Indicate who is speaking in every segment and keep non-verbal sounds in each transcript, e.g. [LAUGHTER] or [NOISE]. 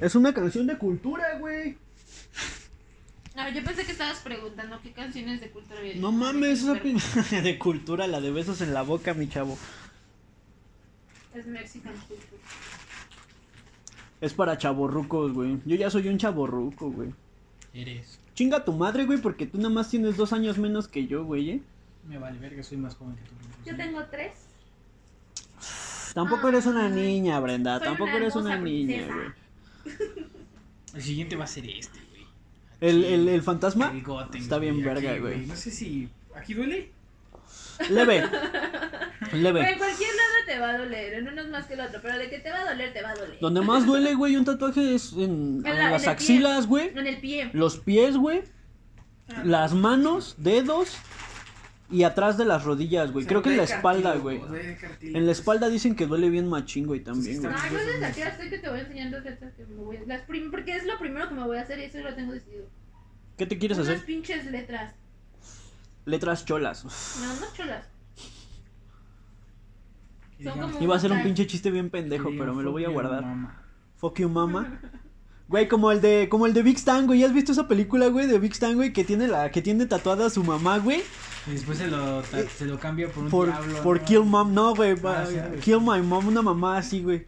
Speaker 1: Es una canción de cultura, güey.
Speaker 2: Ah, yo pensé que estabas preguntando qué canciones de cultura había
Speaker 1: No
Speaker 2: escuchado,
Speaker 1: mames, esa
Speaker 2: pero
Speaker 1: pin- [LAUGHS] de cultura, la de besos en la boca, mi chavo.
Speaker 2: Es Mexican Culture.
Speaker 1: Es para chaborrucos, güey. Yo ya soy un chaborruco, güey.
Speaker 3: Eres.
Speaker 1: Chinga tu madre, güey, porque tú nada más tienes dos años menos que yo, güey, ¿eh?
Speaker 3: Me vale verga, soy más joven que tú.
Speaker 2: Yo tengo tres.
Speaker 1: Tampoco eres una
Speaker 2: Ay.
Speaker 1: niña, Brenda.
Speaker 2: Ah, Soy
Speaker 1: Tampoco
Speaker 2: una
Speaker 1: eres una
Speaker 2: hermosa
Speaker 1: niña,
Speaker 2: princesa.
Speaker 1: güey.
Speaker 3: El siguiente va a ser este, güey.
Speaker 1: El,
Speaker 3: Aquí,
Speaker 1: el, el fantasma
Speaker 3: el Gotham,
Speaker 1: está bien
Speaker 3: güey,
Speaker 1: verga,
Speaker 3: aquí,
Speaker 1: güey.
Speaker 3: No sé si. ¿Aquí duele?
Speaker 1: Leve.
Speaker 2: [LAUGHS] Pero
Speaker 1: Leve.
Speaker 2: en cualquier lado te va a doler, en uno es más que el otro, pero de que te va a doler, te va a doler.
Speaker 1: Donde más duele, güey, un tatuaje es en,
Speaker 2: En la-
Speaker 1: en
Speaker 2: en el
Speaker 1: las
Speaker 2: pie.
Speaker 1: axilas, güey.
Speaker 2: En el pie.
Speaker 1: Los pies, güey.
Speaker 2: Ah.
Speaker 1: Las manos, dedos y atrás de las rodillas, güey. Creo que en la espalda, güey. En la espalda dicen que duele bien machín, güey, también,
Speaker 2: No,
Speaker 1: güey.
Speaker 2: yo les aquí estoy que te voy enseñando recetas que me voy a... Las prim- Porque es lo primero que me voy a hacer y eso lo tengo decidido.
Speaker 1: ¿Qué te quieres
Speaker 2: Unas
Speaker 1: hacer?
Speaker 2: pinches letras.
Speaker 1: Letras cholas. [LAUGHS]
Speaker 2: No, unas cholas. Son como-
Speaker 1: Iba a ser un
Speaker 2: Ay.
Speaker 1: pinche chiste bien pendejo, pero me lo voy a guardar.
Speaker 3: Mamá.
Speaker 1: Fuck you,
Speaker 3: [LAUGHS]
Speaker 1: mama. Güey, como el de, como el de Big Stan, güey. ¿Has visto esa película, güey, de Big Stan, güey, que tiene la, que tiene tatuada a su mamá, güey?
Speaker 3: Y después se lo, ta- se lo cambia por un
Speaker 1: Eh, Por,
Speaker 3: diablo.
Speaker 1: por
Speaker 3: ¿no?
Speaker 1: Kill Mom, no, güey. va-
Speaker 3: Ah, sí, güey.
Speaker 1: kill My Mom, una mamá así, güey.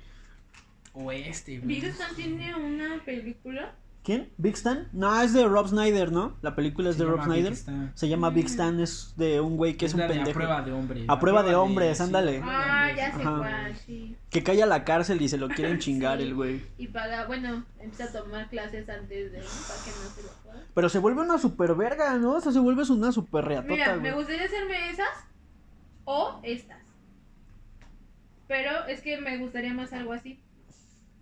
Speaker 3: O este, güey.
Speaker 2: Big Stan tiene una película.
Speaker 1: ¿Quién? ¿Big Stan? No, es de Rob Snyder, ¿no? La película es
Speaker 3: Se
Speaker 1: de Rob
Speaker 3: llama
Speaker 1: Snyder.
Speaker 3: Big Stan.
Speaker 1: Se llama Big
Speaker 2: Mm.
Speaker 1: Stan, es de un güey que es,
Speaker 3: la
Speaker 1: un
Speaker 3: de
Speaker 1: pendejo.
Speaker 3: A prueba de hombres.
Speaker 1: A prueba de hombres, ándale.
Speaker 2: Ah, ya sé
Speaker 1: Ajá.
Speaker 2: cuál, sí.
Speaker 1: Que cae a la cárcel y se lo
Speaker 3: [LAUGHS]
Speaker 1: quieren chingar
Speaker 2: Sí.
Speaker 1: el güey.
Speaker 2: Y para, bueno, empieza a tomar clases antes de, para que no se lo jodan.
Speaker 1: Pero se vuelve una super verga, ¿no? O sea, se vuelve una super reatota,
Speaker 2: Mira, me
Speaker 1: güey.
Speaker 2: gustaría hacerme esas o estas. Pero es que me gustaría más algo así.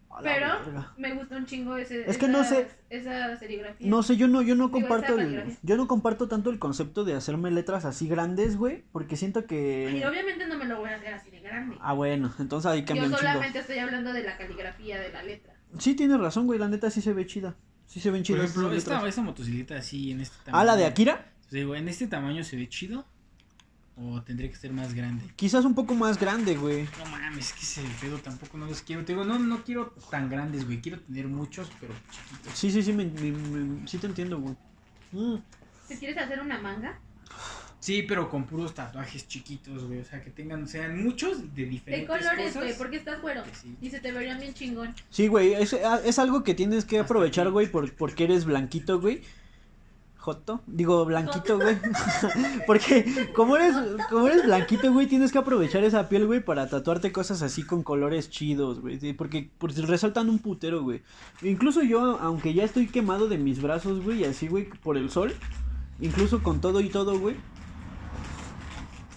Speaker 1: A la
Speaker 2: Pero
Speaker 1: verga.
Speaker 2: me gusta un chingo ese.
Speaker 1: Es que no sé-
Speaker 2: esas- Esa serigrafía.
Speaker 1: No sé, yo no, yo no
Speaker 2: Digo, esa
Speaker 1: comparto el,
Speaker 2: radiografía.
Speaker 1: yo no comparto tanto el concepto de hacerme letras así grandes, güey, porque siento
Speaker 2: Y
Speaker 1: que
Speaker 2: obviamente no me lo voy a hacer así de grande.
Speaker 1: Ah, bueno, entonces ahí cambia
Speaker 2: Yo
Speaker 1: un chingo.
Speaker 2: solamente estoy hablando de la caligrafía de la letra.
Speaker 1: Sí tienes razón, güey, la neta sí se ve chida. Sí se ven
Speaker 3: Por
Speaker 1: chidas.
Speaker 3: ejemplo,
Speaker 1: esas
Speaker 3: esta,
Speaker 1: letras.
Speaker 3: esta motocicleta así en este tamaño.
Speaker 1: Ah, la de Akira,
Speaker 3: Sí, güey, en este tamaño se ve chido. O tendría que ser más grande.
Speaker 1: quizás un poco más grande, güey.
Speaker 3: No mames, que ese pedo tampoco no los quiero. Te digo, no, no quiero tan grandes, güey. Quiero tener muchos, pero chiquitos.
Speaker 1: Sí, sí, sí, me- me- me- sí te entiendo, güey. Mm.
Speaker 2: ¿Te quieres hacer una manga?
Speaker 3: Sí, pero con puros tatuajes chiquitos, güey. O sea, que tengan, sean muchos de
Speaker 2: De
Speaker 3: diferentes
Speaker 2: colores,
Speaker 3: cosas.
Speaker 2: güey, porque estás güero.
Speaker 3: Sí.
Speaker 2: Y se te verían bien chingón.
Speaker 1: Sí, güey, es, es algo que tienes que
Speaker 3: Hasta
Speaker 1: aprovechar,
Speaker 3: aquí.
Speaker 1: güey, por- porque eres blanquito, güey. Joto, digo blanquito, güey. [LAUGHS] porque como eres, como eres blanquito, güey, tienes que aprovechar esa piel, güey, para tatuarte cosas así con colores chidos, güey. sí, Porque, porque resaltan un putero, güey. Incluso yo, aunque ya estoy quemado de mis brazos, güey, y así, güey, por el sol, incluso con todo y todo, güey,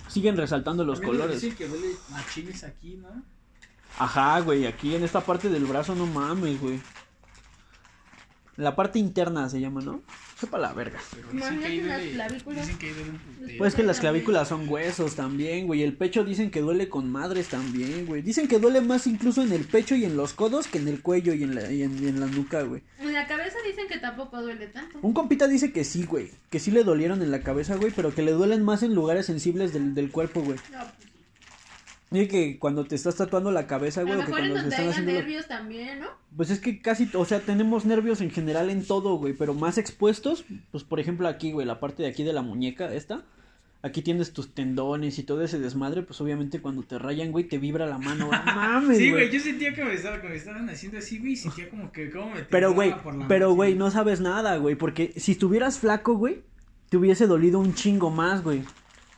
Speaker 1: siguen resaltando los
Speaker 3: También
Speaker 1: colores.
Speaker 3: Dicen que duele machines aquí, ¿no?
Speaker 1: Ajá, güey, aquí en esta parte del brazo no mames, güey. La parte interna se llama, ¿no? Sepa la verga.
Speaker 3: Pero
Speaker 2: No,
Speaker 3: dicen que ahí
Speaker 2: no, las
Speaker 3: duele.
Speaker 2: clavículas.
Speaker 3: Dicen que ahí duele un putero.
Speaker 1: Pues que las
Speaker 2: También.
Speaker 1: clavículas son huesos también, güey. El pecho dicen que duele con madres también, güey. Dicen que duele más incluso en el pecho y en los codos que en el cuello y en la, y en- y en la nuca, güey.
Speaker 2: En la cabeza dicen que tampoco duele tanto.
Speaker 1: Un compita dice que sí, güey. Que sí le dolieron en la cabeza, güey. Pero que le duelen más en lugares sensibles del, del cuerpo, güey.
Speaker 2: No, pues sí.
Speaker 1: Dice que cuando te estás tatuando la cabeza,
Speaker 2: A
Speaker 1: güey.
Speaker 2: lo
Speaker 1: o que
Speaker 2: mejor en
Speaker 1: cuando te
Speaker 2: donde
Speaker 1: están
Speaker 2: haya
Speaker 1: haciendo los-
Speaker 2: nervios también, ¿no?
Speaker 1: Pues es que casi, o sea, tenemos nervios en general en todo, güey, pero más expuestos, pues por ejemplo aquí, güey, la parte de aquí de la muñeca, esta, aquí tienes tus tendones y todo ese desmadre, pues obviamente cuando te rayan, güey, te vibra la mano, güey, ¡No mames,
Speaker 3: Sí,
Speaker 1: güey.
Speaker 3: güey, yo sentía que me estaban, que me estaban haciendo así, güey, y sentía como que como me
Speaker 1: Pero,
Speaker 3: temblaba
Speaker 1: güey,
Speaker 3: por la
Speaker 1: pero,
Speaker 3: noche.
Speaker 1: güey, no sabes nada, güey, porque si estuvieras flaco, güey, te hubiese dolido un chingo más, güey.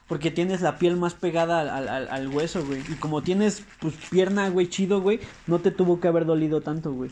Speaker 1: Porque tienes la piel más pegada al, al- al- al hueso, güey. Y como tienes, pues, pierna, güey, chido, güey, no te tuvo que haber dolido tanto, güey.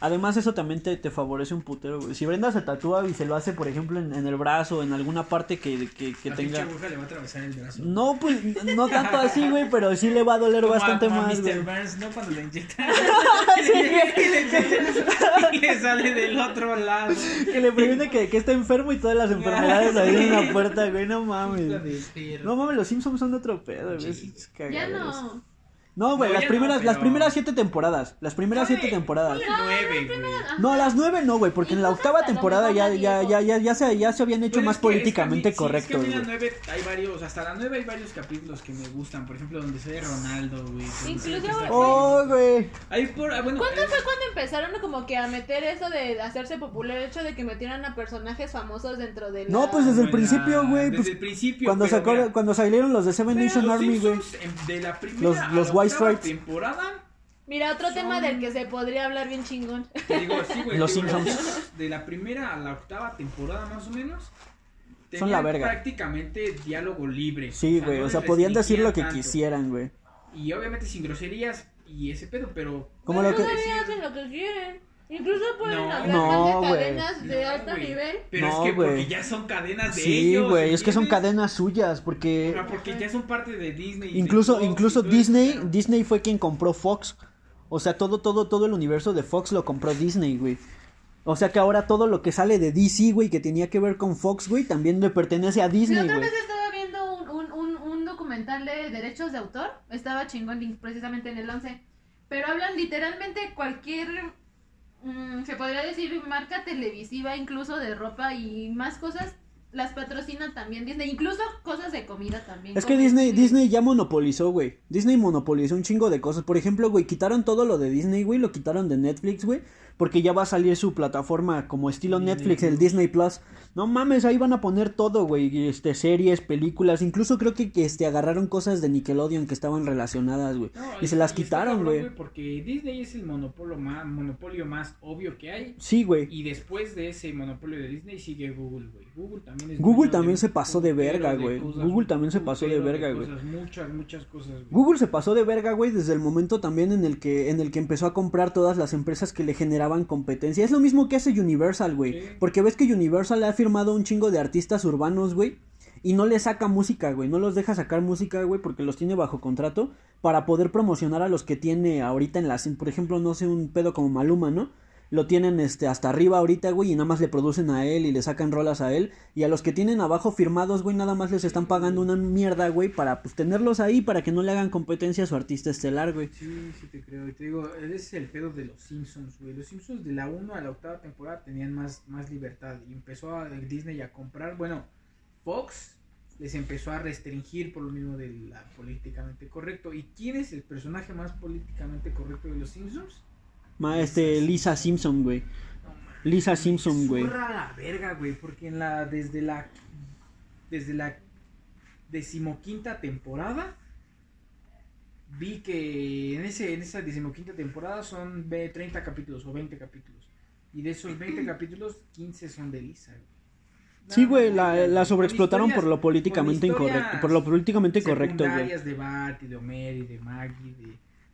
Speaker 1: Además, eso también te, te favorece un putero, güey. Si Brenda se tatúa y se lo hace, por ejemplo, en, en el brazo, en alguna parte que, que, que
Speaker 3: la pinche
Speaker 1: tenga...
Speaker 3: aguja le va a atravesar el brazo.
Speaker 1: No, pues, n- no tanto así, güey, pero sí le va a doler
Speaker 3: Como a-
Speaker 1: bastante
Speaker 3: como a
Speaker 1: más, güey.
Speaker 3: [LAUGHS] Mr. Burns, ¿no? Cuando le inyectan. [LAUGHS]
Speaker 1: [LAUGHS]
Speaker 3: y le inyectan- y le sale del otro lado.
Speaker 1: Que le pregunte que, que está enfermo y todas las enfermedades ahí en la puerta, güey, no mames.
Speaker 3: Hijo de perro.
Speaker 1: No mames, los Simpsons son de otro pedo, güey.
Speaker 3: Sí.
Speaker 1: es cagaderas.
Speaker 2: Ya no.
Speaker 1: No, güey,
Speaker 3: No,
Speaker 1: las
Speaker 3: ya no,
Speaker 1: primeras, las
Speaker 3: pero-
Speaker 1: primeras siete temporadas. Las primeras
Speaker 3: Nueve.
Speaker 1: siete temporadas.
Speaker 3: Nueve. Nueve,
Speaker 2: las
Speaker 3: güey.
Speaker 2: primeras- ajá.
Speaker 1: No, las nueve no, güey, porque en la
Speaker 2: Incluso
Speaker 1: octava
Speaker 2: hasta lo
Speaker 1: temporada
Speaker 2: mejor
Speaker 1: ya,
Speaker 2: la
Speaker 1: ya,
Speaker 2: diez,
Speaker 1: ya, ya, ya se, ya se habían hecho
Speaker 3: Pero
Speaker 1: más
Speaker 3: es que- es que a mí-
Speaker 1: políticamente
Speaker 3: sí,
Speaker 1: correctos,
Speaker 3: Es que a mí
Speaker 1: güey.
Speaker 3: la 9 hay varios, hasta la 9 hay varios capítulos que me gustan. Por ejemplo, donde sale Ronaldo, güey. donde
Speaker 2: Incluso-
Speaker 3: sale Cristiano
Speaker 1: Oh, güey.
Speaker 3: Ronaldo. Ahí por. ah, Bueno,
Speaker 2: ¿Cuándo
Speaker 3: eh,
Speaker 2: fue cuando empezaron como que a meter eso de hacerse popular el hecho de que metieran a personajes famosos dentro de la...
Speaker 1: No, pues, desde el
Speaker 3: buena-
Speaker 1: principio, güey,
Speaker 3: Desde
Speaker 1: pues,
Speaker 3: el principio.
Speaker 1: Cuando,
Speaker 3: pero
Speaker 1: sacó-
Speaker 3: mira,
Speaker 1: cuando salieron los de Seven
Speaker 3: pero
Speaker 1: Nation
Speaker 3: los
Speaker 1: Army, güey.
Speaker 3: Simpsons, em, De la primera
Speaker 1: Los-
Speaker 3: a
Speaker 1: los
Speaker 3: la
Speaker 1: White
Speaker 3: octava
Speaker 1: Stripes.
Speaker 3: temporada.
Speaker 2: Mira, otro tema del que se podría hablar bien chingón.
Speaker 3: Te digo, sí, güey,
Speaker 1: Los
Speaker 3: te digo,
Speaker 1: Simpsons.
Speaker 3: Simpsons, De la primera a la octava temporada, más o menos.
Speaker 1: Son la
Speaker 3: tenían
Speaker 1: verga.
Speaker 3: Prácticamente diálogo libre.
Speaker 1: Sí, güey,
Speaker 3: no
Speaker 1: o sea,
Speaker 3: les
Speaker 1: podían decir lo que
Speaker 3: restringían tanto.
Speaker 1: quisieran, güey.
Speaker 3: Y obviamente sin groserías y ese pedo, pero.
Speaker 1: Como
Speaker 2: Pero
Speaker 1: lo que...
Speaker 2: todavía hacen lo que quieren. Incluso pueden
Speaker 3: No.
Speaker 2: hablar
Speaker 1: No,
Speaker 2: mal de
Speaker 1: güey.
Speaker 2: cadenas de
Speaker 3: No,
Speaker 2: alto
Speaker 3: güey.
Speaker 2: nivel.
Speaker 3: Pero
Speaker 1: No,
Speaker 3: es que porque
Speaker 1: güey.
Speaker 3: ya son cadenas Ah, de
Speaker 1: Sí,
Speaker 3: ellos.
Speaker 1: güey, es que son
Speaker 3: ¿entiendes?
Speaker 1: cadenas suyas,
Speaker 3: O sea,
Speaker 1: porque
Speaker 3: porque ya son parte de Disney. de
Speaker 1: incluso,
Speaker 3: Fox y
Speaker 1: incluso
Speaker 3: todo eso,
Speaker 1: Disney,
Speaker 3: claro.
Speaker 1: Disney fue quien compró Fox. O sea, todo, todo, todo el universo de Fox lo compró Disney, güey. O sea que ahora todo lo que sale de DC, güey, que tenía que ver con Fox, güey, también le pertenece a
Speaker 2: La
Speaker 1: Disney,
Speaker 2: otra
Speaker 1: güey.
Speaker 2: vez estaba viendo un, un, un, un documental de derechos de autor, estaba chingón precisamente en el 11, pero hablan literalmente cualquier, mm, se podría decir, marca televisiva, incluso de ropa y más cosas, las patrocina también Disney, incluso cosas de comida también.
Speaker 1: Es que
Speaker 2: como-
Speaker 1: Disney, Disney ya monopolizó, güey. Disney monopolizó un chingo de cosas. Por ejemplo, güey, quitaron todo lo de Disney, güey, lo quitaron de Netflix, güey. Porque ya va a salir su plataforma como estilo
Speaker 3: Disney
Speaker 1: Netflix, el
Speaker 3: Plus.
Speaker 1: Disney Plus. No mames, ahí van a poner todo, güey. Este, series, películas. Incluso creo que, que este, agarraron cosas de Nickelodeon que estaban relacionadas, güey.
Speaker 3: No,
Speaker 1: y se las
Speaker 3: está
Speaker 1: quitaron,
Speaker 3: cabrón,
Speaker 1: güey.
Speaker 3: Porque Disney es el monopolio más, monopolio más obvio que hay.
Speaker 1: Sí, güey.
Speaker 3: Y después de ese monopolio de Disney sigue Google, güey. Google también es
Speaker 1: Google
Speaker 3: dueño
Speaker 1: también
Speaker 3: un
Speaker 1: se pasó de
Speaker 3: putero
Speaker 1: verga,
Speaker 3: de
Speaker 1: güey.
Speaker 3: cosas,
Speaker 1: Google
Speaker 3: un
Speaker 1: también se pasó de
Speaker 3: putero
Speaker 1: verga, güey.
Speaker 3: cosas, Muchas, muchas cosas, güey.
Speaker 1: Google se pasó de verga, güey, desde el momento también en el que en el que empezó a comprar todas las empresas que le generaban competencia. Es lo mismo que hace Universal, güey,
Speaker 3: Sí.
Speaker 1: porque ves que Universal ha firmado un chingo de artistas urbanos, güey, y no le saca música, güey, no los deja sacar música, güey, porque los tiene bajo contrato para poder promocionar a los que tiene ahorita en las, por ejemplo, no sé, un pedo como Maluma, ¿no? Lo tienen este hasta arriba ahorita, güey, y nada más le producen a él y le sacan rolas a él. Y a los que tienen abajo firmados, güey, nada más les están pagando una mierda, güey, para pues tenerlos ahí para que no le hagan competencia a su artista estelar, güey.
Speaker 3: Sí, sí te creo. Y te digo, ese es el pedo de los Simpsons, güey. Los Simpsons de la 1 a la octava temporada tenían más, más libertad. Y empezó a Disney a comprar. Bueno, Fox les empezó a restringir por lo mismo de la políticamente correcto. ¿Y quién es el personaje más políticamente correcto de los Simpsons?
Speaker 1: Ma, este Lisa Simpson, güey.
Speaker 3: No mames.
Speaker 1: Lisa Simpson, güey.
Speaker 3: Zurra la verga, güey. Porque en la, desde la. Desde la decimoquinta temporada. Vi que en, ese, en esa decimoquinta temporada son ve- 30 capítulos o 20 capítulos. Y de
Speaker 1: [CLEARS THROAT]
Speaker 3: esos 20 capítulos, 15 son de Lisa, güey.
Speaker 1: Sí,
Speaker 3: No,
Speaker 1: güey,
Speaker 3: no,
Speaker 1: la,
Speaker 3: no,
Speaker 1: la
Speaker 3: no.
Speaker 1: sobreexplotaron por lo políticamente
Speaker 3: con
Speaker 1: incorrecto,
Speaker 3: historias
Speaker 1: por lo políticamente correcto, güey.
Speaker 3: secundarias de Bart y de Homer y de Maggie, de.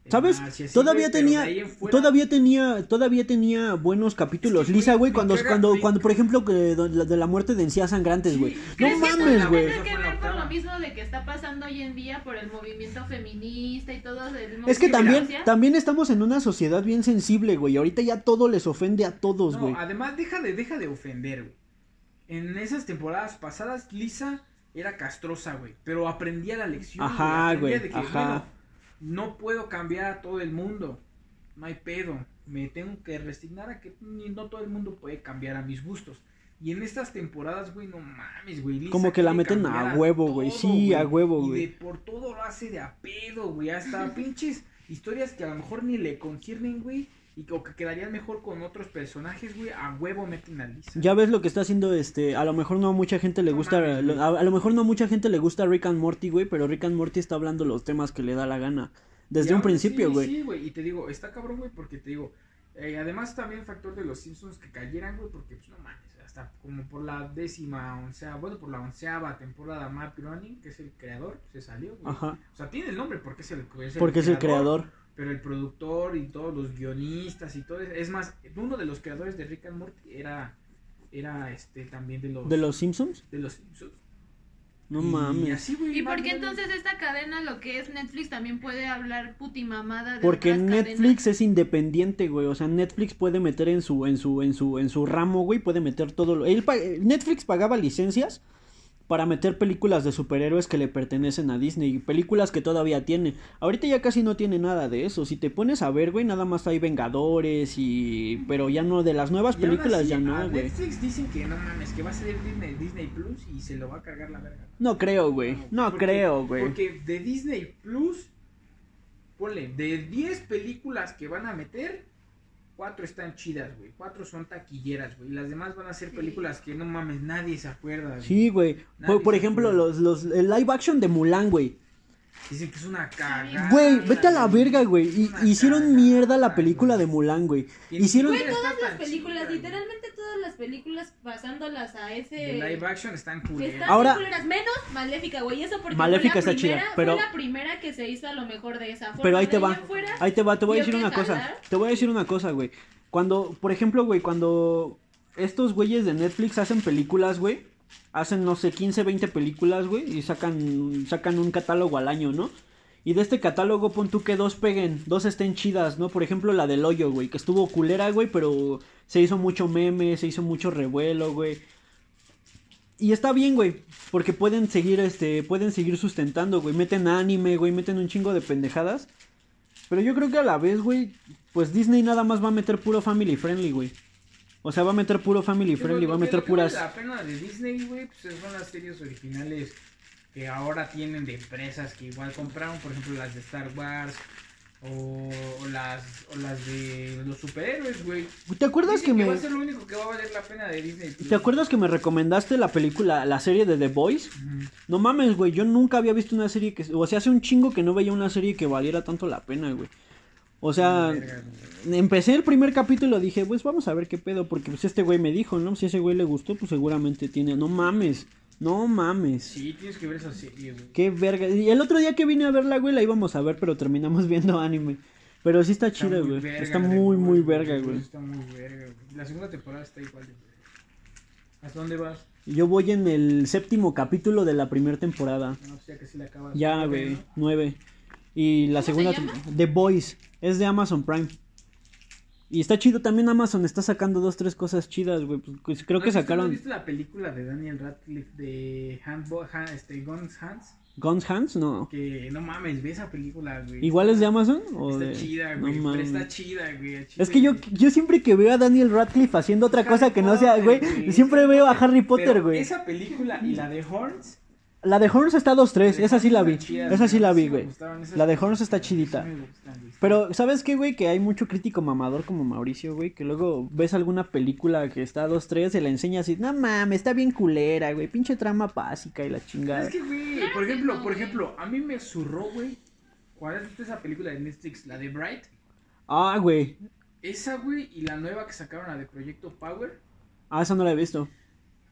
Speaker 3: de
Speaker 1: ¿Sabes?
Speaker 3: Marge, y así,
Speaker 1: Todavía
Speaker 3: Ah, güey, pero de
Speaker 1: tenía
Speaker 3: ahí en fuera-
Speaker 1: todavía tenía todavía tenía buenos capítulos.
Speaker 3: Es que,
Speaker 1: Lisa,
Speaker 3: güey,
Speaker 1: güey, cuando
Speaker 3: me caga,
Speaker 1: cuando
Speaker 3: güey.
Speaker 1: cuando por ejemplo que de la- de la muerte de encías sangrantes,
Speaker 3: Sí,
Speaker 1: güey.
Speaker 3: ¿crees
Speaker 1: No
Speaker 3: que
Speaker 1: mames,
Speaker 3: esa
Speaker 1: güey.
Speaker 2: Tiene que
Speaker 3: Eso fue
Speaker 2: ver
Speaker 3: la
Speaker 2: por lo
Speaker 3: octava.
Speaker 2: mismo de que está pasando hoy en día por el movimiento feminista y todo. El
Speaker 1: Es que
Speaker 2: movimiento
Speaker 1: también,
Speaker 2: social.
Speaker 1: también estamos en una sociedad bien sensible, güey. Ahorita ya todo les ofende a todos,
Speaker 3: No,
Speaker 1: güey.
Speaker 3: además deja de, deja de ofender, güey. En esas temporadas pasadas, Lisa era castrosa, güey. Pero aprendía la lección.
Speaker 1: Ajá,
Speaker 3: aprendía
Speaker 1: güey,
Speaker 3: de que,
Speaker 1: ajá.
Speaker 3: bueno, no puedo cambiar a todo el mundo. No hay pedo. Me tengo que resignar a que ni- no todo el mundo puede cambiar a mis gustos. Y en estas temporadas, güey, no mames, güey. Lisa
Speaker 1: Como que la
Speaker 3: quiere
Speaker 1: meten a
Speaker 3: cambiar
Speaker 1: huevo, güey.
Speaker 3: todo,
Speaker 1: Sí, a huevo,
Speaker 3: Y
Speaker 1: güey.
Speaker 3: de por todo lo hace de a pedo,
Speaker 1: [LAUGHS]
Speaker 3: güey. Hasta pinches historias que a lo mejor ni le conciernen, güey. Y que, o que quedarían mejor con otros personajes, güey. A huevo meten a Lisa.
Speaker 1: Ya ves lo que está haciendo este, a lo mejor no a mucha gente le
Speaker 3: No
Speaker 1: gusta,
Speaker 3: mames, güey.
Speaker 1: a, a lo mejor no a mucha gente le gusta Rick and Morty, güey, pero Rick and Morty está hablando los temas que le da la gana desde
Speaker 3: Y
Speaker 1: un
Speaker 3: aún así,
Speaker 1: principio, güey.
Speaker 3: Sí, güey. Y te digo, está cabrón, güey, porque te digo. eh, además, también factor de los Simpsons que cayeran, güey, porque, pues, no mames. Hasta como por la décima, onceava, bueno, por la onceava temporada, Matt Groening, que es el creador, pues, se salió, güey.
Speaker 1: Ajá,
Speaker 3: O sea, tiene el nombre porque es el, es
Speaker 1: porque es el creador.
Speaker 3: Pero el productor y todos los guionistas y todo. Es más, uno de los creadores de Rick and Morty era, era este, también de los,
Speaker 1: ¿De los Simpsons?
Speaker 3: de los Simpsons.
Speaker 1: No
Speaker 3: Y
Speaker 1: mames.
Speaker 3: así, güey,
Speaker 2: ¿Y
Speaker 3: va
Speaker 2: por qué
Speaker 3: viendo.
Speaker 2: entonces esta cadena, lo que es Netflix, también puede hablar putimamada de
Speaker 1: Porque
Speaker 2: otras
Speaker 1: Netflix es independiente, güey. O sea, Netflix puede meter en su, en su, en su, en su ramo, güey, puede meter todo lo. él pa- Netflix pagaba licencias para meter películas de superhéroes que le pertenecen a Disney y películas que todavía tiene. Ahorita ya casi no tiene nada de eso. Si te pones a ver, güey, nada más hay Vengadores y... Pero ya no, de las nuevas
Speaker 3: Y aún
Speaker 1: películas
Speaker 3: así,
Speaker 1: ya
Speaker 3: ah, a
Speaker 1: no, güey.
Speaker 3: Netflix dicen que no mames, que va a salir Disney, Disney Plus y se lo va a cargar la verga.
Speaker 1: No creo, güey. No
Speaker 3: Porque-
Speaker 1: creo, güey.
Speaker 3: Porque de Disney Plus, ponle, de 10 películas que van a meter, 4 están chidas, güey. 4 son taquilleras, güey. Y las demás van a ser
Speaker 2: Sí.
Speaker 3: películas que no mames, nadie se acuerda. güey.
Speaker 1: Sí, güey.
Speaker 3: Nadie
Speaker 1: Por, por
Speaker 3: se
Speaker 1: ejemplo,
Speaker 3: acuerda.
Speaker 1: los, los, el live action de Mulan, güey.
Speaker 3: Dicen que es una cagada.
Speaker 1: Güey, vete a la verga, güey. Y-
Speaker 3: Una
Speaker 1: Hicieron
Speaker 3: cagada,
Speaker 1: mierda la
Speaker 3: güey.
Speaker 1: película de Mulan, güey.
Speaker 3: Que ni
Speaker 1: hicieron-
Speaker 3: siquiera está
Speaker 2: Todas las
Speaker 3: tan chida,
Speaker 2: películas,
Speaker 3: güey.
Speaker 2: literalmente todas las películas pasándolas a ese...
Speaker 3: De live action están
Speaker 2: Que
Speaker 3: culeras.
Speaker 2: están
Speaker 1: Ahora-
Speaker 2: bien culeras, menos Maléfica, güey. Eso porque
Speaker 1: Maléfica
Speaker 2: fue la
Speaker 1: está chida,
Speaker 2: primera-
Speaker 1: pero-
Speaker 2: fue la primera que se hizo a lo mejor de esa forma.
Speaker 1: Pero ahí te
Speaker 2: De
Speaker 1: va.
Speaker 2: allá afuera,
Speaker 3: Ah,
Speaker 1: Ahí te va, te voy a
Speaker 2: Yo
Speaker 1: decir
Speaker 2: que
Speaker 1: una cosa.
Speaker 2: jalar.
Speaker 1: Te voy a decir una cosa, güey. Cuando, por ejemplo, güey, cuando estos güeyes de Netflix hacen películas, güey. Hacen, no sé, 15, 20 películas, güey. Y sacan, sacan un catálogo al año, ¿no? Y de este catálogo pon tú que dos peguen, dos estén chidas, ¿no? Por ejemplo, la del hoyo, güey, que estuvo culera, güey, pero se hizo mucho meme, se hizo mucho revuelo, güey. Y está bien, güey, porque pueden seguir, este, pueden seguir sustentando, güey. Meten anime, güey, meten un chingo de pendejadas. Pero yo creo que a la vez, güey, pues Disney nada más va a meter puro family friendly, güey. O sea, va a meter puro family
Speaker 3: Yo creo
Speaker 1: friendly,
Speaker 3: que
Speaker 1: va a
Speaker 3: lo que
Speaker 1: meter
Speaker 3: vale
Speaker 1: puras...
Speaker 3: La pena de Disney, güey, pues son las series originales que ahora tienen de empresas que igual compraron, por ejemplo, las de Star Wars o, o las o las de los superhéroes, güey.
Speaker 1: ¿Te acuerdas
Speaker 3: Dicen
Speaker 1: que me...
Speaker 3: va a ser lo único que va a valer la pena de Disney.
Speaker 1: ¿Te acuerdas que me recomendaste la película, la serie de The Boys?
Speaker 3: Ujú.
Speaker 1: No mames, güey, yo nunca había visto una serie que... O sea, hace un chingo que no veía una serie que valiera tanto la pena, güey. O sea,
Speaker 3: Verga, güey.
Speaker 1: empecé el primer capítulo, dije, pues vamos a ver qué pedo, porque pues este güey me dijo, ¿no? Si ese güey le gustó, pues seguramente tiene... No mames, no mames.
Speaker 3: Sí, tienes que ver esas series, güey.
Speaker 1: Qué verga. Y el otro día que vine a verla, güey, la íbamos a ver, pero terminamos [LAUGHS] viendo anime. Pero sí está chida,
Speaker 3: muy
Speaker 1: güey.
Speaker 3: verga,
Speaker 1: Está
Speaker 3: The
Speaker 1: muy,
Speaker 3: Boys,
Speaker 1: muy verga, pues.
Speaker 3: The Boys
Speaker 1: güey.
Speaker 3: Está muy verga, güey. La segunda temporada está igual de verga. ¿Hasta dónde vas?
Speaker 1: Yo voy en el séptimo capítulo de la primera temporada.
Speaker 3: No, o sea que sí la acabas.
Speaker 1: Ya,
Speaker 3: Ok,
Speaker 1: güey,
Speaker 3: ¿no?
Speaker 1: nueve. Y la
Speaker 2: ¿Cómo se
Speaker 1: segunda,
Speaker 2: llama?
Speaker 1: The Boys, es de Amazon Prime. Y está chido también Amazon, está sacando dos, tres cosas chidas, güey. pues, pues, creo
Speaker 3: ¿No
Speaker 1: que
Speaker 3: has visto- ¿No
Speaker 1: sacaron
Speaker 3: has visto la película de Daniel Radcliffe de Handball, Han- este, Guns Hans?
Speaker 1: Guns Hands, no.
Speaker 3: Que no mames, ve esa película, güey.
Speaker 1: ¿Igual es de Amazon? O
Speaker 3: Está
Speaker 1: de-
Speaker 3: chida,
Speaker 1: no
Speaker 3: güey. pero
Speaker 1: mames.
Speaker 3: está chida, güey. a chile,
Speaker 1: Es que yo,
Speaker 3: güey.
Speaker 1: yo siempre que veo a Daniel Radcliffe haciendo otra
Speaker 3: Harry
Speaker 1: cosa que no sea,
Speaker 3: Potter,
Speaker 1: güey,
Speaker 3: güey.
Speaker 1: siempre veo a Harry Potter,
Speaker 3: Pero
Speaker 1: güey.
Speaker 3: Esa película y la de Horns.
Speaker 1: La de Horns está 2-3,
Speaker 3: de
Speaker 1: esa sí la
Speaker 3: Horns
Speaker 1: vi.
Speaker 3: están chidas,
Speaker 1: Esa sí la vi,
Speaker 3: me
Speaker 1: güey.
Speaker 3: gustaron esas
Speaker 1: La de
Speaker 3: películas,
Speaker 1: Horns está
Speaker 3: güey, sí
Speaker 1: chidita.
Speaker 3: me gustan, güey.
Speaker 1: Pero, ¿sabes qué, güey? Que hay mucho crítico mamador como Mauricio, güey, que luego ves alguna película que está a 2-3 y la enseña así, no mames, está bien culera, güey, pinche trama básica y la chingada.
Speaker 3: Es que, güey,
Speaker 2: Claro
Speaker 3: por
Speaker 2: que
Speaker 3: ejemplo,
Speaker 2: no,
Speaker 3: por
Speaker 2: güey.
Speaker 3: ejemplo, a mí me zurró, güey. ¿Cuál es esa película de Netflix? La de Bright.
Speaker 1: Ah, güey,
Speaker 3: Esa, güey, y la nueva que sacaron, la de Proyecto Power.
Speaker 1: ah, esa no la he visto.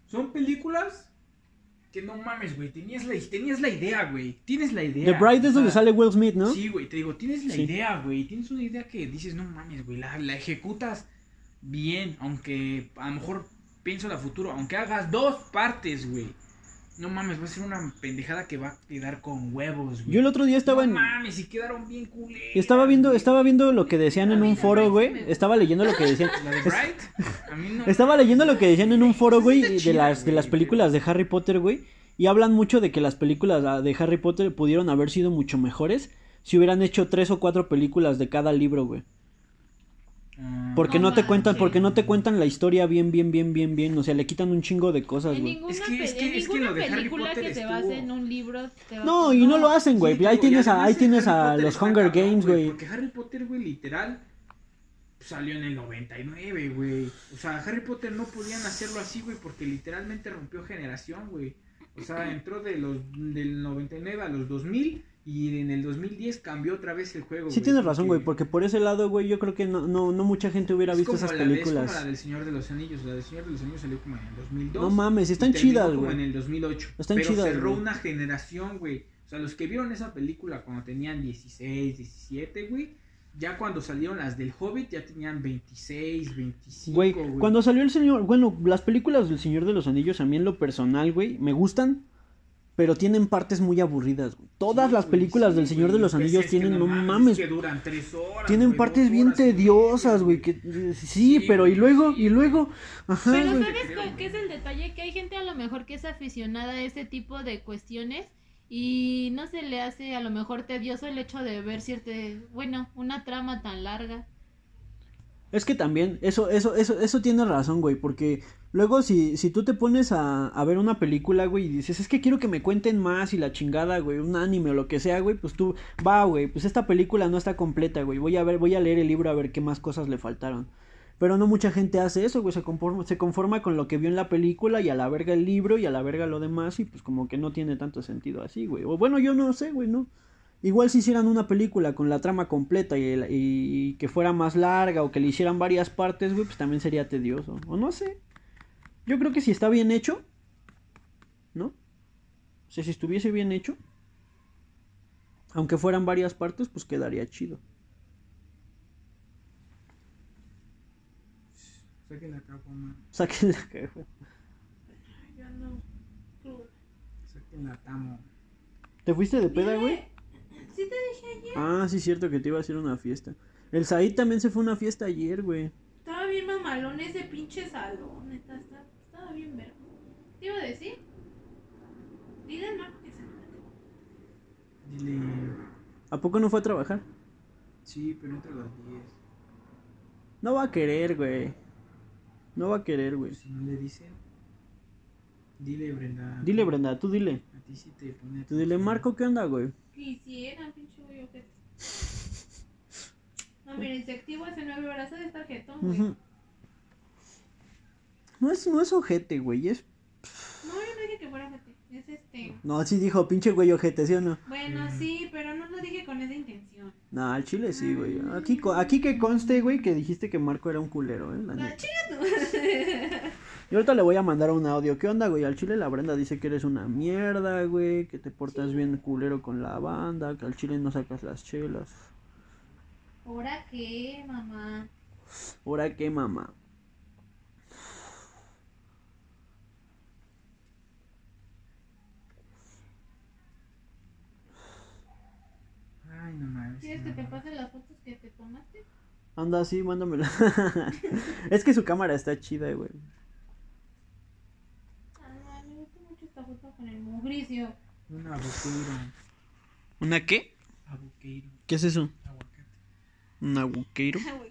Speaker 3: Son películas que no mames, güey. Tenías la, tenías la idea, güey. Tienes la idea.
Speaker 1: The Bride
Speaker 3: o
Speaker 1: es donde
Speaker 3: sea,
Speaker 1: sale Will Smith, ¿no?
Speaker 3: Sí, güey, te digo, tienes la
Speaker 1: Sí.
Speaker 3: idea, güey. Tienes una idea que dices, no mames, güey. La, la ejecutas bien, aunque a lo mejor pienso la futuro, aunque hagas dos partes, güey. No mames, va a ser una pendejada que va a quedar con huevos, güey.
Speaker 1: Yo el otro día estaba
Speaker 3: No
Speaker 1: en...
Speaker 3: mames, y quedaron bien culeras.
Speaker 1: Estaba viendo,
Speaker 3: güey.
Speaker 1: estaba viendo lo que decían en
Speaker 2: A mí
Speaker 1: un
Speaker 2: The
Speaker 1: foro,
Speaker 2: Bride
Speaker 1: güey.
Speaker 2: me gusta.
Speaker 1: Estaba leyendo lo que
Speaker 3: [LAUGHS]
Speaker 1: decían.
Speaker 3: La de
Speaker 1: Es-
Speaker 3: Bright, a mí no.
Speaker 1: Estaba leyendo lo que decían en un foro, güey,
Speaker 3: Está
Speaker 1: de
Speaker 3: chida,
Speaker 1: las, de
Speaker 3: güey,
Speaker 1: las películas de Harry Potter, güey. Y hablan mucho de que las películas ah, de Harry Potter pudieron haber sido mucho mejores si hubieran hecho tres o cuatro películas de cada libro, güey.
Speaker 3: Ah,
Speaker 1: Porque no,
Speaker 2: No
Speaker 1: te cuentan,
Speaker 2: manches.
Speaker 1: porque no te cuentan la historia bien, bien, bien, bien, bien. O sea, le quitan un chingo de cosas,
Speaker 2: En
Speaker 1: güey.
Speaker 2: ninguna,
Speaker 3: Es que-
Speaker 2: pe-
Speaker 3: es que-
Speaker 2: en
Speaker 3: es que
Speaker 2: ninguna
Speaker 3: lo de Harry
Speaker 2: película
Speaker 3: Potter
Speaker 2: que se
Speaker 3: estuvo-
Speaker 2: base en un libro te va
Speaker 1: No,
Speaker 2: a-
Speaker 1: y no lo hacen, güey.
Speaker 3: Sí,
Speaker 1: ahí
Speaker 3: digo,
Speaker 1: tienes
Speaker 3: y
Speaker 1: a,
Speaker 3: además
Speaker 1: ahí
Speaker 3: el
Speaker 1: tienes
Speaker 3: Harry
Speaker 1: a
Speaker 3: Potter
Speaker 1: los
Speaker 3: está
Speaker 1: Hunger
Speaker 3: cabrón,
Speaker 1: Games, güey.
Speaker 3: Porque Harry Potter, güey, literal salió en el 99, güey. O sea, Harry Potter no podían hacerlo así, güey, porque literalmente rompió generación, güey. O sea, entró de los del 99 a los 2000 y en el 2010 cambió otra vez el juego.
Speaker 1: Sí tienes razón, güey, porque por ese lado, güey, yo creo que no, no, no mucha gente hubiera
Speaker 3: es
Speaker 1: visto
Speaker 3: como
Speaker 1: esas
Speaker 3: la de- es como
Speaker 1: películas.
Speaker 3: la del Señor de los Anillos, la del Señor de los Anillos salió como en el 2002.
Speaker 1: No mames, están
Speaker 3: y terminó
Speaker 1: chidas,
Speaker 3: como en
Speaker 1: güey.
Speaker 3: el 2008.
Speaker 1: Están
Speaker 3: pero
Speaker 1: chidas,
Speaker 3: cerró
Speaker 1: güey.
Speaker 3: una generación, güey. O sea, los que vieron esa película cuando tenían 16, 17, güey. Ya cuando salieron las del Hobbit ya tenían 26, 25,
Speaker 1: Güey, cuando salió el señor, bueno, las películas del Señor de los Anillos a mí en lo personal, güey, me gustan, pero tienen partes muy aburridas, güey. Todas
Speaker 3: Sí,
Speaker 1: las
Speaker 3: güey,
Speaker 1: películas
Speaker 3: sí,
Speaker 1: del Señor
Speaker 3: güey,
Speaker 1: de los
Speaker 3: pues
Speaker 1: Anillos
Speaker 3: es que
Speaker 1: tienen, no mames,
Speaker 3: que duran tres horas.
Speaker 1: tienen
Speaker 3: güey,
Speaker 1: partes
Speaker 3: dos
Speaker 1: bien
Speaker 3: horas y media,
Speaker 1: tediosas, güey, que eh, sí,
Speaker 3: Sí,
Speaker 1: pero y
Speaker 3: güey,
Speaker 1: luego,
Speaker 3: sí,
Speaker 1: y luego, ajá,
Speaker 2: Pero
Speaker 1: güey.
Speaker 2: ¿sabes
Speaker 3: creo,
Speaker 2: cuál-
Speaker 3: güey.
Speaker 2: qué es el detalle? Que hay gente a lo mejor que es aficionada a ese tipo de cuestiones y no se le hace a lo mejor tedioso el hecho de ver cierta, bueno, una trama tan larga.
Speaker 1: Es que también, eso, eso, eso, eso tiene razón, güey, porque luego si, si tú te pones a, a ver una película, güey, y dices, es que quiero que me cuenten más y la chingada, güey, un anime o lo que sea, güey, pues tú, va, güey, pues esta película no está completa, güey, voy a ver, voy a leer el libro a ver qué más cosas le faltaron. Pero no mucha gente hace eso, güey, se conforma, se conforma con lo que vio en la película y a la verga el libro y a la verga lo demás y pues como que no tiene tanto sentido así, güey. O bueno, yo no sé, güey, ¿no? Igual si hicieran una película con la trama completa y, el- y- y que fuera más larga o que le hicieran varias partes, güey, pues también sería tedioso. O no sé. Yo creo que si está bien hecho, ¿no? O sea, si estuviese bien hecho, aunque fueran varias partes, pues quedaría chido. [LAUGHS]
Speaker 3: O sea que la caguama,
Speaker 1: Saquen la caja.
Speaker 2: Ya no.
Speaker 3: o sea que la tamo.
Speaker 1: ¿Te fuiste de peda, güey?
Speaker 2: Sí te dije ayer,
Speaker 1: Ah, sí, cierto que te iba a hacer una fiesta. El Said también se fue a una fiesta ayer, güey.
Speaker 2: estaba bien mamalón ese pinche salón, neta, está- estaba bien verga. ¿Te iba a decir? Díganme que se
Speaker 3: Dile,
Speaker 1: ¿A poco no fue a trabajar?
Speaker 3: sí, pero entre las 10.
Speaker 1: No va a querer, güey. No va a querer, güey.
Speaker 3: Si no le dicen, dile, Brenda.
Speaker 1: Dile, Brenda, tú dile.
Speaker 3: A ti sí te pone.
Speaker 1: Tú dile, Marco, ¿qué onda, güey?
Speaker 2: Quisiera, pinche güey, ojete. No, miren, se activa ese nueve horas de tarjetón, güey.
Speaker 1: Ujú. No es, no es ojete, güey, es...
Speaker 2: No, yo no dije que fuera ojete. Es este.
Speaker 1: No, sí dijo, pinche güey ojete, ¿sí o no?
Speaker 2: Bueno,
Speaker 3: Ujú.
Speaker 2: sí, pero no lo dije con esa intención.
Speaker 1: No, al chile sí, güey. Aquí, co- aquí que conste, güey, que dijiste que Marco era un culero, ¿eh? La
Speaker 2: Ah,
Speaker 1: neta.
Speaker 2: chinga tu madre. [LAUGHS]
Speaker 1: Y ahorita le voy a mandar un audio. ¿Qué onda, güey? Al chile la Brenda dice que eres una mierda, güey, que te portas bien culero con la banda, que al chile no sacas las chelas.
Speaker 2: ¿Ahora qué, mamá?
Speaker 1: ¿Ahora qué, mamá?
Speaker 3: Ay, no mames.
Speaker 2: ¿Quieres que
Speaker 3: no.
Speaker 2: te pase las fotos que te tomaste?
Speaker 1: Anda así, mándamela. [LAUGHS] es que su cámara está chida, güey.
Speaker 2: Ah, me gusta mucho esta foto con el mugricio.
Speaker 3: Un aboqueiro.
Speaker 1: ¿Una qué?
Speaker 3: Aboqueiro.
Speaker 1: ¿Qué es eso?
Speaker 3: Aguacate.
Speaker 1: ¿Un aguqueiro?
Speaker 2: Ah, güey,